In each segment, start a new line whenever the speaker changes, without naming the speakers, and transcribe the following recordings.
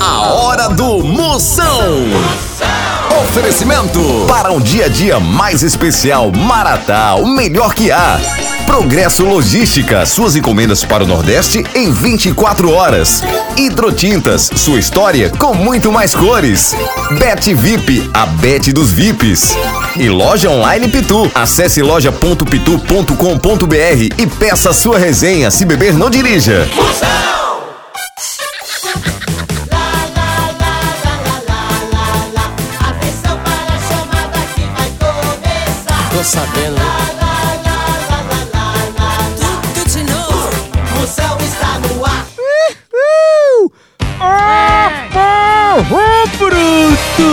A hora do Moção. Oferecimento para um dia a dia mais especial. Maratá, o melhor que há. Progresso Logística, suas encomendas para o Nordeste em 24 horas. Hidrotintas, sua história com muito mais cores. Bet VIP, a Bet dos VIPs. E loja online Pitu. Acesse loja.pitu.com.br e peça sua resenha. Se beber, não dirija.
Atenção para a chamada que vai começar.
Tô sabendo, né?
Tudo de novo. Moção está no ar.
Morro Bruto!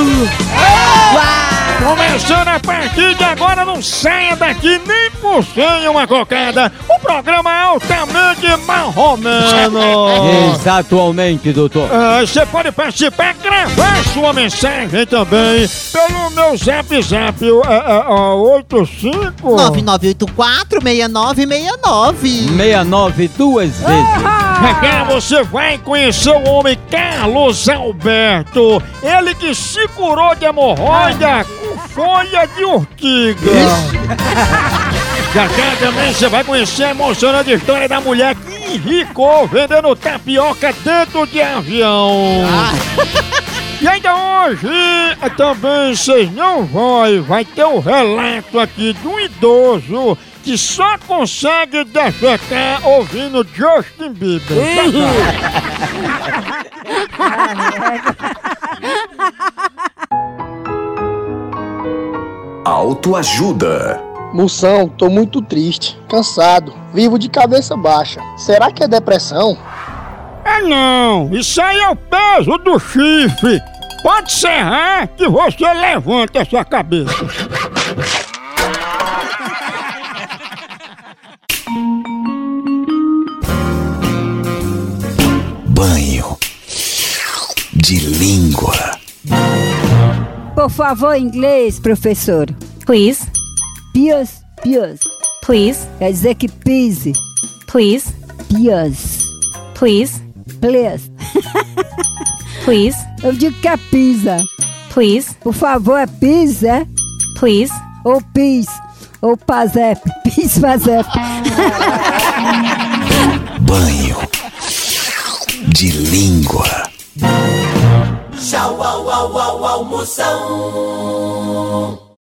Começando a partir de agora, não saia daqui nem por senha uma cocada. O programa é altamente marromano.
Exatamente, doutor.
Ah, Você pode participar, gravar sua mensagem também pelo meu zap zap o- ah, ah, ah, 85.
9984-6969.
69 duas vezes.
Agora é você vai conhecer o homem Carlos Alberto, ele que se curou de hemorroida com folha de urtiga. Já já também você vai conhecer a emocionante história da mulher que enricou vendendo tapioca dentro de avião. E ainda hoje, eh, também vocês não vão, aí, vai ter um relato aqui de um idoso que só consegue defecar ouvindo Justin Bieber.
Autoajuda.
Moção, tô muito triste, cansado, vivo de cabeça baixa. Será que é depressão?
Ah não, isso aí é o peso do chifre. Pode serrar que você levanta a sua cabeça.
Banho de língua.
Por favor, inglês, professor.
Please,
Pias, pias.
please,
Quer dizer que pise.
please,
Pias.
please,
Please.
please,
Eu digo que é pisa.
please,
Por favor, é pise, é?
please.
Ou pis. Ou pazep. Pis, pazep.
Banho de língua.
Tchau, au, au, au, au, moção.